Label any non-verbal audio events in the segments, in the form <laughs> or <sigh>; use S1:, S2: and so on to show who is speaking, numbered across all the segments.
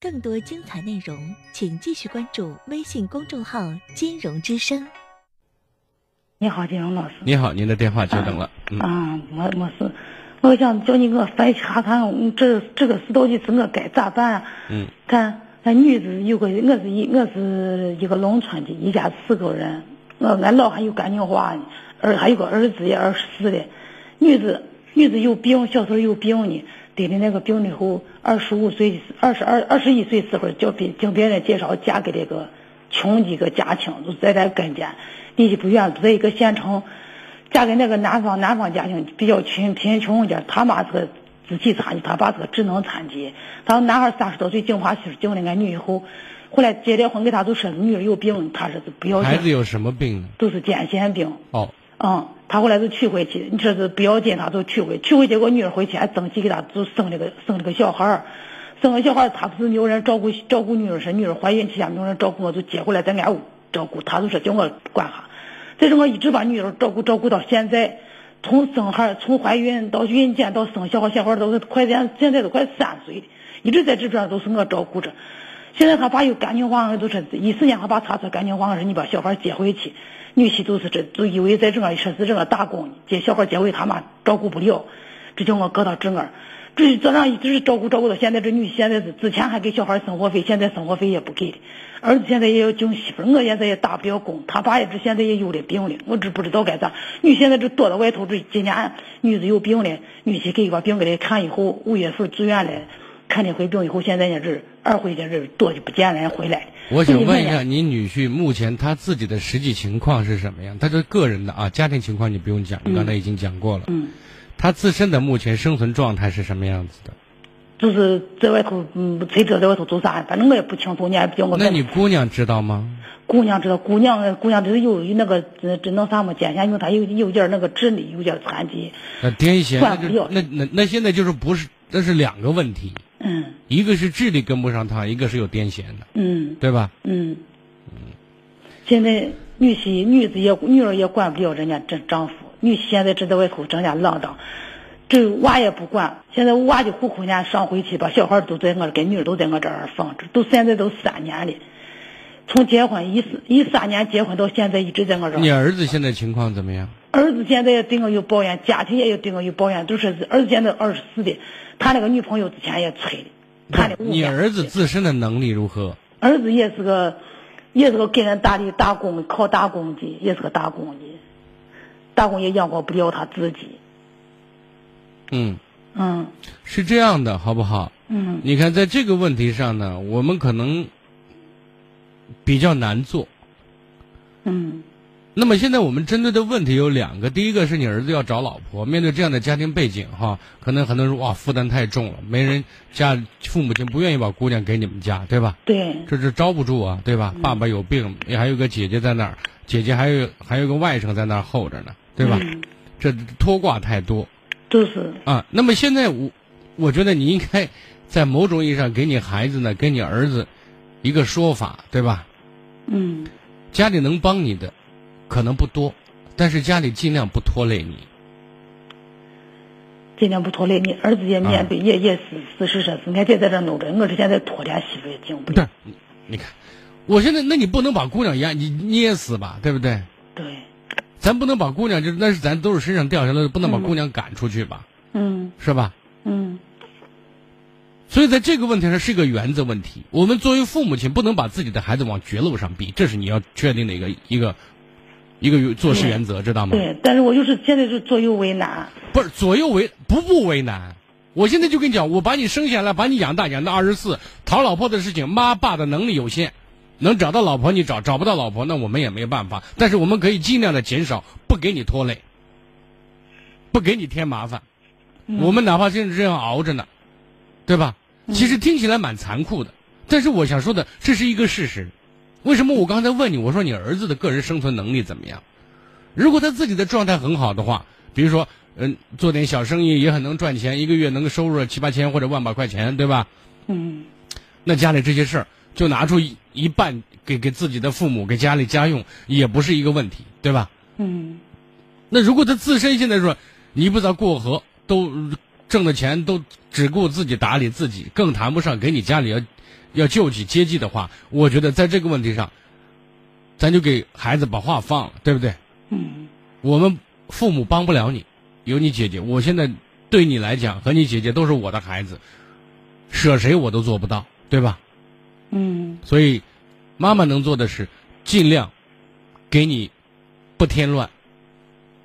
S1: 更多精彩内容，请继续关注微信公众号“金融之声
S2: 你好，金荣老师。
S3: 你好，您的电话久等了。嗯，
S2: 啊，我我是，我想叫你给我分析下看，嗯这这个事到底是我该咋办啊？
S3: 嗯，
S2: 看，俺女子有个，我是一我是一个农村的，一家四口人，我俺老还有干娘娃呢，儿还有个儿子也二十四了。女子女子有病，小时候有病呢，得了那个病了后，二十五岁二十二二十一岁时候，叫别经别人介绍嫁给那个穷的一个家庭，就在咱跟前，离得不远，不在一个县城。嫁给那个南方南方家庭比较贫贫穷一点，他妈是个肢体残疾，他爸是个智能残疾。他男孩三十多岁净化媳妇净了俺女以后，后来结了婚给他都说女儿有病，他说是不要
S3: 孩子
S2: 紧，
S3: 有什么病？
S2: 都是癫痫病。
S3: 哦，
S2: 嗯，他后来就娶回去，你说是不要紧，他就娶回，娶回结果女儿回去还争气给他就生了个生了个小孩儿，生了小孩儿他不是没有人照顾照顾女儿，是女儿怀孕期间没有人照顾我，就接回来在俺屋照顾，他就说叫我管他，再说我一直把女儿照顾照顾到现在，从生孩儿从怀孕到孕检到生小孩，小孩儿都是快现现在都快三岁了，一直在这边都是我照顾着。现在他爸有干净话，都是一四年他爸查出干净话，说你把小孩接回去，女婿就是这就以为在这个说是这个打工，接小孩接回他妈照顾不了，这叫我搁到这儿，这这样一直照顾照顾到现在，这女婿现在是之前还给小孩生活费，现在生活费也不给了，儿子现在也要敬媳妇儿，我现在也打不了工，他爸也是现在也有了病了，我这不知道该咋，女现在这躲到外头，这今年女子有病了，女婿给把病给他看以后，五月份住院了。看了回病以后，现在也是二回也是多就不见人回来了。
S3: 我想问一
S2: 这
S3: 下，
S2: 几年，
S3: 你女婿目前他自己的实际情况是什么样？他的个人的啊，家庭情况你不用讲，你刚才已经讲过了。
S2: 嗯，
S3: 他自身的目前生存状态是什么样子的？
S2: 就是在外头，嗯，谁知道在外头做啥？反正我也不清楚，你也不叫我问。
S3: 那你姑娘知道吗？
S2: 姑娘知道，姑娘姑娘就是有那个这这能啥么？癫痫因为她有有点那个智力有点残疾。
S3: 呃，癫痫，那
S2: 管不
S3: 就
S2: 了
S3: 那那那现在就是不是，那是两个问题，
S2: 嗯
S3: 一个是智力跟不上他，一个是有癫痫的，
S2: 嗯
S3: 对吧？
S2: 嗯。现在女婿女子也女儿也管不了人家这丈夫，女婿现在只在外头整天浪荡。这娃也不管，现在娃就户口呢上回去，把小孩都在我跟女儿都在我这儿放着，都现在都三年了。从结婚一四一三年结婚到现在一直在我这
S3: 你
S2: 儿，
S3: 儿子现在情况怎么样？
S2: 儿子现在也对我有抱怨，家庭也有对我有抱怨，都说是儿子现在二十四了，他那个女朋友之前也催了，谈了五
S3: 你
S2: 年
S3: 儿子自身的能力如何？
S2: 儿子也是个，也是个给人打的打工，靠打工的，也是个打工的，打工也养活不了他自己。
S3: 嗯，
S2: 嗯
S3: 是这样的，好不好？
S2: 嗯
S3: 你看，在这个问题上呢，我们可能比较难做。
S2: 嗯
S3: 那么现在我们针对的问题有两个，第一个是你儿子要找老婆，面对这样的家庭背景哈，可能很多人说哇负担太重了，没人家父母亲不愿意把姑娘给你们家，对吧？
S2: 对，
S3: 这是招不住啊，对吧？爸爸有病，还有个姐姐在那儿，姐姐还有还有个外甥在那儿候着呢，对吧？
S2: 嗯
S3: 这拖挂太多
S2: 就是
S3: 啊。那么现在我我觉得你应该在某种意义上给你孩子呢，给你儿子一个说法，对吧？
S2: 嗯
S3: 家里能帮你的可能不多，但是家里尽量不拖累你。
S2: 尽量不拖累你。儿子也面
S3: 啊
S2: 对，也也是事实说是，俺爹在这弄着，我是现在拖连媳妇也经不了。
S3: 对，你看，我现在那你不能把姑娘压你捏死吧，对不对？
S2: 对，
S3: 咱不能把姑娘就是那是咱都是身上掉下来的，不能把姑娘赶出去吧，
S2: 嗯
S3: 是吧？
S2: 嗯
S3: 所以在这个问题上是一个原则问题。我们作为父母亲，不能把自己的孩子往绝路上逼，这是你要确定的一个一个一个做事原则，知道吗？
S2: 对，但是我就是现在就左右为难。
S3: 不是左右为不不为难。我现在就跟你讲，我把你生下来，把你养大，养到二十四，讨老婆的事情，妈爸的能力有限，能找到老婆你找，找不到老婆那我们也没办法。但是我们可以尽量的减少，不给你拖累，不给你添麻烦。我们哪怕现在这样熬着呢，对吧？其实听起来蛮残酷的，但是我想说的，这是一个事实。为什么我刚才问你，我说你儿子的个人生存能力怎么样？如果他自己的状态很好的话，比如说，嗯，做点小生意也很能赚钱，一个月能够收入七八千或者万把块钱，对吧？
S2: 嗯
S3: 那家里这些事儿就拿出一一半给给自己的父母，给家里家用，也不是一个问题，对吧？
S2: 嗯
S3: 那如果他自身现在说你不咋过河，都挣的钱都只顾自己打理自己，更谈不上给你家里要要救济接济的话，我觉得在这个问题上，咱就给孩子把话放了，对不对？
S2: 嗯，
S3: 我们父母帮不了你，有你姐姐。我现在对你来讲和你姐姐都是我的孩子，舍谁我都做不到，对吧？
S2: 嗯，
S3: 所以，妈妈能做的是尽量给你不添乱，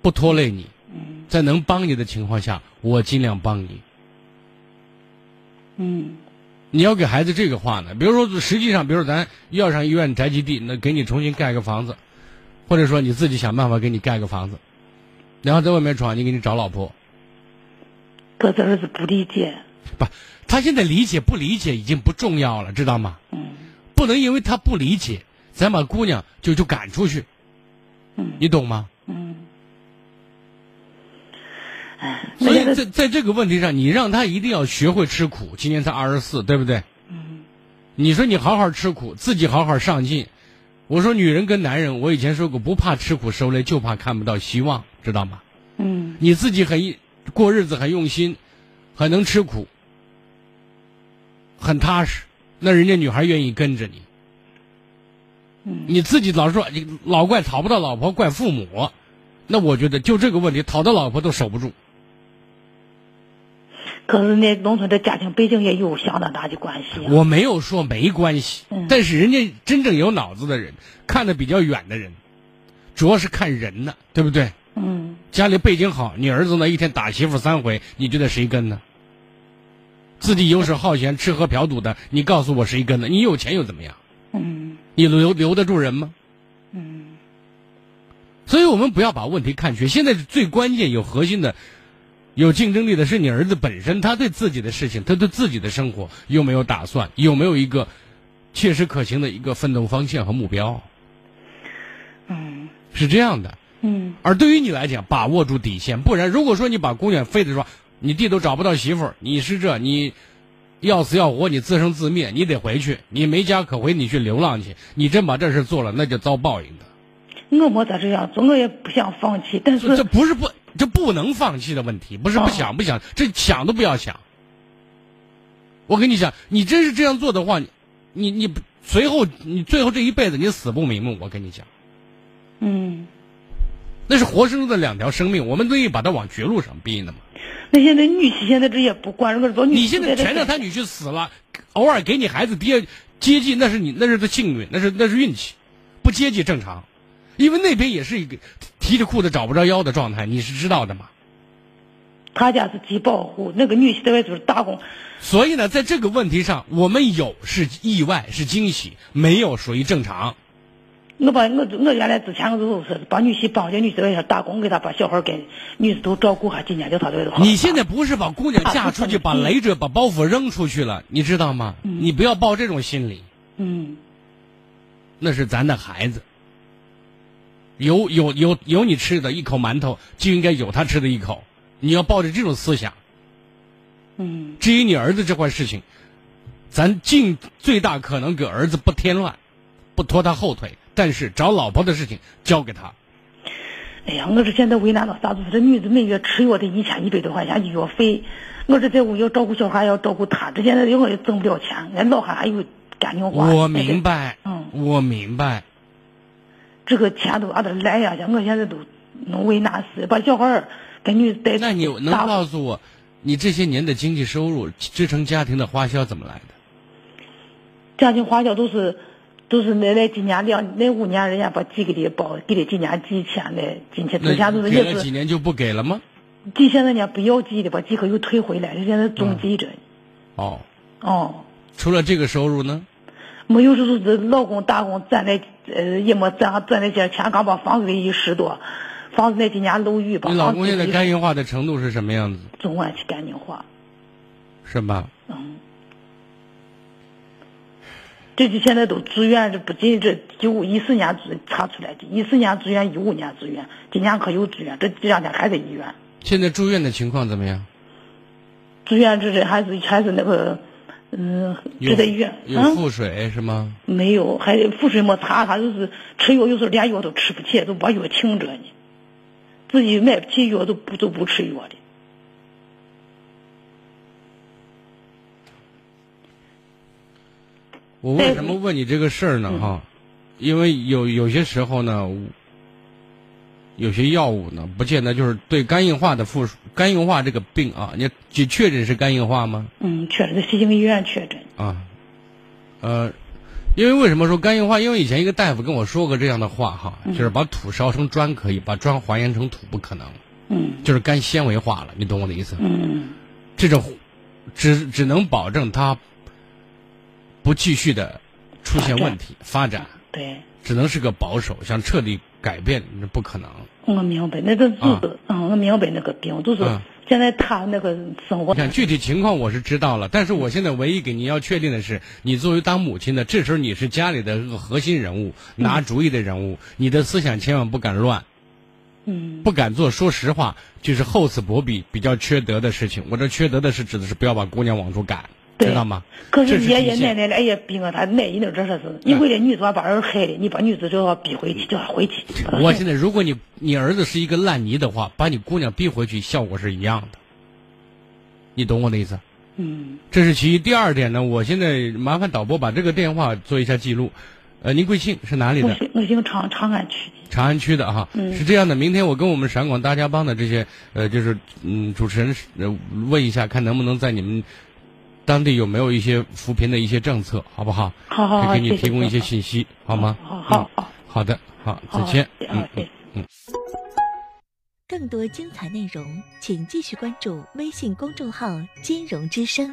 S3: 不拖累你，在能帮你的情况下，我尽量帮你。
S2: 嗯，
S3: 你要给孩子这个话呢，比如说，实际上，比如说咱要上医院宅基地，那给你重新盖个房子，或者说你自己想办法给你盖个房子，然后在外面闯，你给你找老婆，
S2: 可是儿子不理解。
S3: 不，他现在理解不理解已经不重要了，知道吗？
S2: 嗯
S3: 不能因为他不理解，咱把姑娘就就赶出去，
S2: 嗯
S3: 你懂吗？
S2: 嗯，哎
S3: 所以
S2: 那个
S3: 在在这个问题上，你让他一定要学会吃苦。今年才二十四，对不对？
S2: 嗯
S3: 你说你好好吃苦，自己好好上进。我说女人跟男人，我以前说过，不怕吃苦受累，就怕看不到希望，知道吗？
S2: 嗯
S3: 你自己很一过日子很用心，很能吃苦，很踏实，那人家女孩愿意跟着你。你自己老说你老怪讨不到老婆，怪父母，那我觉得就这个问题，讨到老婆都守不住。
S2: 可是那农村的家庭背景也有相当大的关系、啊。
S3: 我没有说没关系，
S2: 嗯
S3: 但是人家真正有脑子的人，看得比较远的人，主要是看人呢，对不对？
S2: 嗯
S3: 家里背景好，你儿子呢一天打媳妇三回，你觉得谁跟呢？自己游手好闲、吃喝嫖赌的，你告诉我谁跟呢？你有钱又怎么样？
S2: 嗯
S3: 你留留得住人吗？
S2: 嗯
S3: 所以我们不要把问题看全。现在最关键、有核心的、有竞争力的是你儿子本身，他对自己的事情，他对自己的生活有没有打算，有没有一个切实可行的一个奋斗方向和目标，
S2: 嗯
S3: 是这样的。
S2: 嗯
S3: 而对于你来讲，把握住底线，不然如果说你把姑娘非得说你弟都找不到媳妇儿，你是这你。要死要活，你自生自灭，你得回去，你没家可回，你去流浪去。你真把这事做了，那就遭报应的。
S2: 我没这样做，我也不想放弃，但
S3: 这这
S2: 是
S3: 不是不这不能放弃的问题，不是不想不想，这想都不要想。我跟你讲，你真是这样做的话，你你你随后你最后这一辈子你死不瞑目。我跟你讲，
S2: 嗯，
S3: 那是活生生的两条生命，我们乐意把它往绝路上逼呢嘛。
S2: 那现在女婿现在这也不管，我 <laughs> 说女婿
S3: 你现在全让他
S2: 这
S3: 女婿死了，偶尔给你孩子爹接济，那是你那是他幸运，那是那是运气，不接济正常，因为那边也是一个提着裤子找不着腰的状态，你是知道的嘛。
S2: 他家是鸡保户，那个女婿在外头是打工，
S3: 所以呢，在这个问题上，我们有是意外是惊喜，没有属于正常。
S2: 我把我我原来之前我都是把女婿帮人家女婿在外头打工，给他把小孩给女婿都照顾下，今年就他在外头好好打。
S3: 你现在不是把姑娘嫁出去，把累赘、把包袱扔出去了，你知道吗？你不要抱这种心理，
S2: 嗯
S3: 那是咱的孩子。有有有有你吃的一口馒头，就应该有他吃的一口。你要抱着这种思想，
S2: 嗯
S3: 至于你儿子这块事情，咱尽最大可能给儿子不添乱，不拖他后腿。但是找老婆的事情交给他，
S2: 哎呀，我是现在为难到啥就是这女子每月吃药得一千一百多块钱医药费，我这在屋要照顾小孩，要照顾她，这现在我也挣不了钱，俺老汉还有干净花。
S3: 我明，白，
S2: 嗯
S3: 我明白。
S2: 这个钱都俺得来呀，我现在都能为难死，把小孩儿跟女带。
S3: 那你能
S2: 打
S3: 告诉我，你这些年的经济收入支撑家庭的花销怎么来的？
S2: 家庭花销都是都是那那几年两那五年人家把寄给的包给的几年寄钱的进去，之前都
S3: 那
S2: 是
S3: 给
S2: 也
S3: 了几
S2: 是
S3: 年就不给了吗？
S2: 寄现在人家不要寄的，把寄可又退回来，人家
S3: 嗯
S2: 总寄着。
S3: 哦，
S2: 哦，
S3: 除了这个收入呢？
S2: 没有时候是老公打工攒那呃也没攒攒那些钱，刚把房子给一十多，房子那几年楼宇把
S3: 你老
S2: 房子
S3: 公现在
S2: 给
S3: 肝硬化的程度是什么样子？
S2: 总管去干净化，
S3: 是吧？
S2: 嗯。这就现在都住院，这不仅这一五一四年住查出来的，一四年住院，一五年住院，今年可又住院，这这两天还在医院。
S3: 现在住院的情况怎么样？
S2: 住院这是还是还是那个，嗯，
S3: 有
S2: 就在医院
S3: 有
S2: 啊，
S3: 腹水是吗？
S2: 没有，还腹水没查，他就是吃药，有时候连药都吃不起，都把药停着呢，自己买不起药都不都不吃药的。
S3: 我为什么问你这个事儿呢？
S2: 嗯
S3: 哈，因为有有些时候呢，有些药物呢，不见得就是对肝硬化的复数。肝硬化这个病啊，你你确诊是肝硬化吗？
S2: 嗯，确诊，西京医院确诊。
S3: 啊，呃，因为为什么说肝硬化？因为以前一个大夫跟我说过这样的话哈，
S2: 嗯
S3: 就是把土烧成砖可以，把砖还原成土不可能，
S2: 嗯
S3: 就是肝纤维化了，你懂我的意思吗？
S2: 嗯
S3: 这种只只能保证它不继续的出现问题发展，
S2: 对，
S3: 只能是个保守，想彻底改变那不可能。
S2: 我明白，那个就是，
S3: 啊
S2: 嗯，我明白那个病，就是
S3: 嗯
S2: 现在他那个生活
S3: 你，看具体情况我是知道了，但是我现在唯一给您要确定的是，你作为当母亲的，这时候你是家里的一个核心人物，拿主意的人物，你的思想千万不敢乱，
S2: 嗯
S3: 不敢做。说实话，就是厚此薄彼，比较缺德的事情。我这缺德的是指的是不要把姑娘往出赶，
S2: 对
S3: 知道吗？
S2: 可是
S3: 这是
S2: 爷
S3: 底
S2: 爷奶
S3: 线
S2: 奶了，哎呀，逼我他奶奶这这
S3: 啊
S2: 是，你为了女子把儿害的，你把女子就要逼回去，就要回去。
S3: 嗯我现在，如果你你儿子是一个烂泥的话，把你姑娘逼回去，效果是一样的。你懂我的意思？
S2: 嗯
S3: 这是其一。第二点呢，我现在麻烦导播把这个电话做一下记录。呃，您贵姓？是哪里
S2: 我
S3: 的？
S2: 姓我姓长，长安区的。
S3: 长安区的哈。
S2: 嗯
S3: 是这样的，明天我跟我们陕广大家帮的这些呃，就是嗯，主持人、呃、问一下，看能不能在你们当地有没有一些扶贫的一些政策，好不好？
S2: 好好好，
S3: 给你
S2: 哦谢谢
S3: 提供一些
S2: 谢谢
S3: 信息，好吗？
S2: 好好好，
S3: 嗯好的，好，再
S2: 好
S3: 见。
S2: 谢谢
S3: 嗯
S2: 好，谢谢。
S1: 更多精彩内容，请继续关注微信公众号“金融之声”。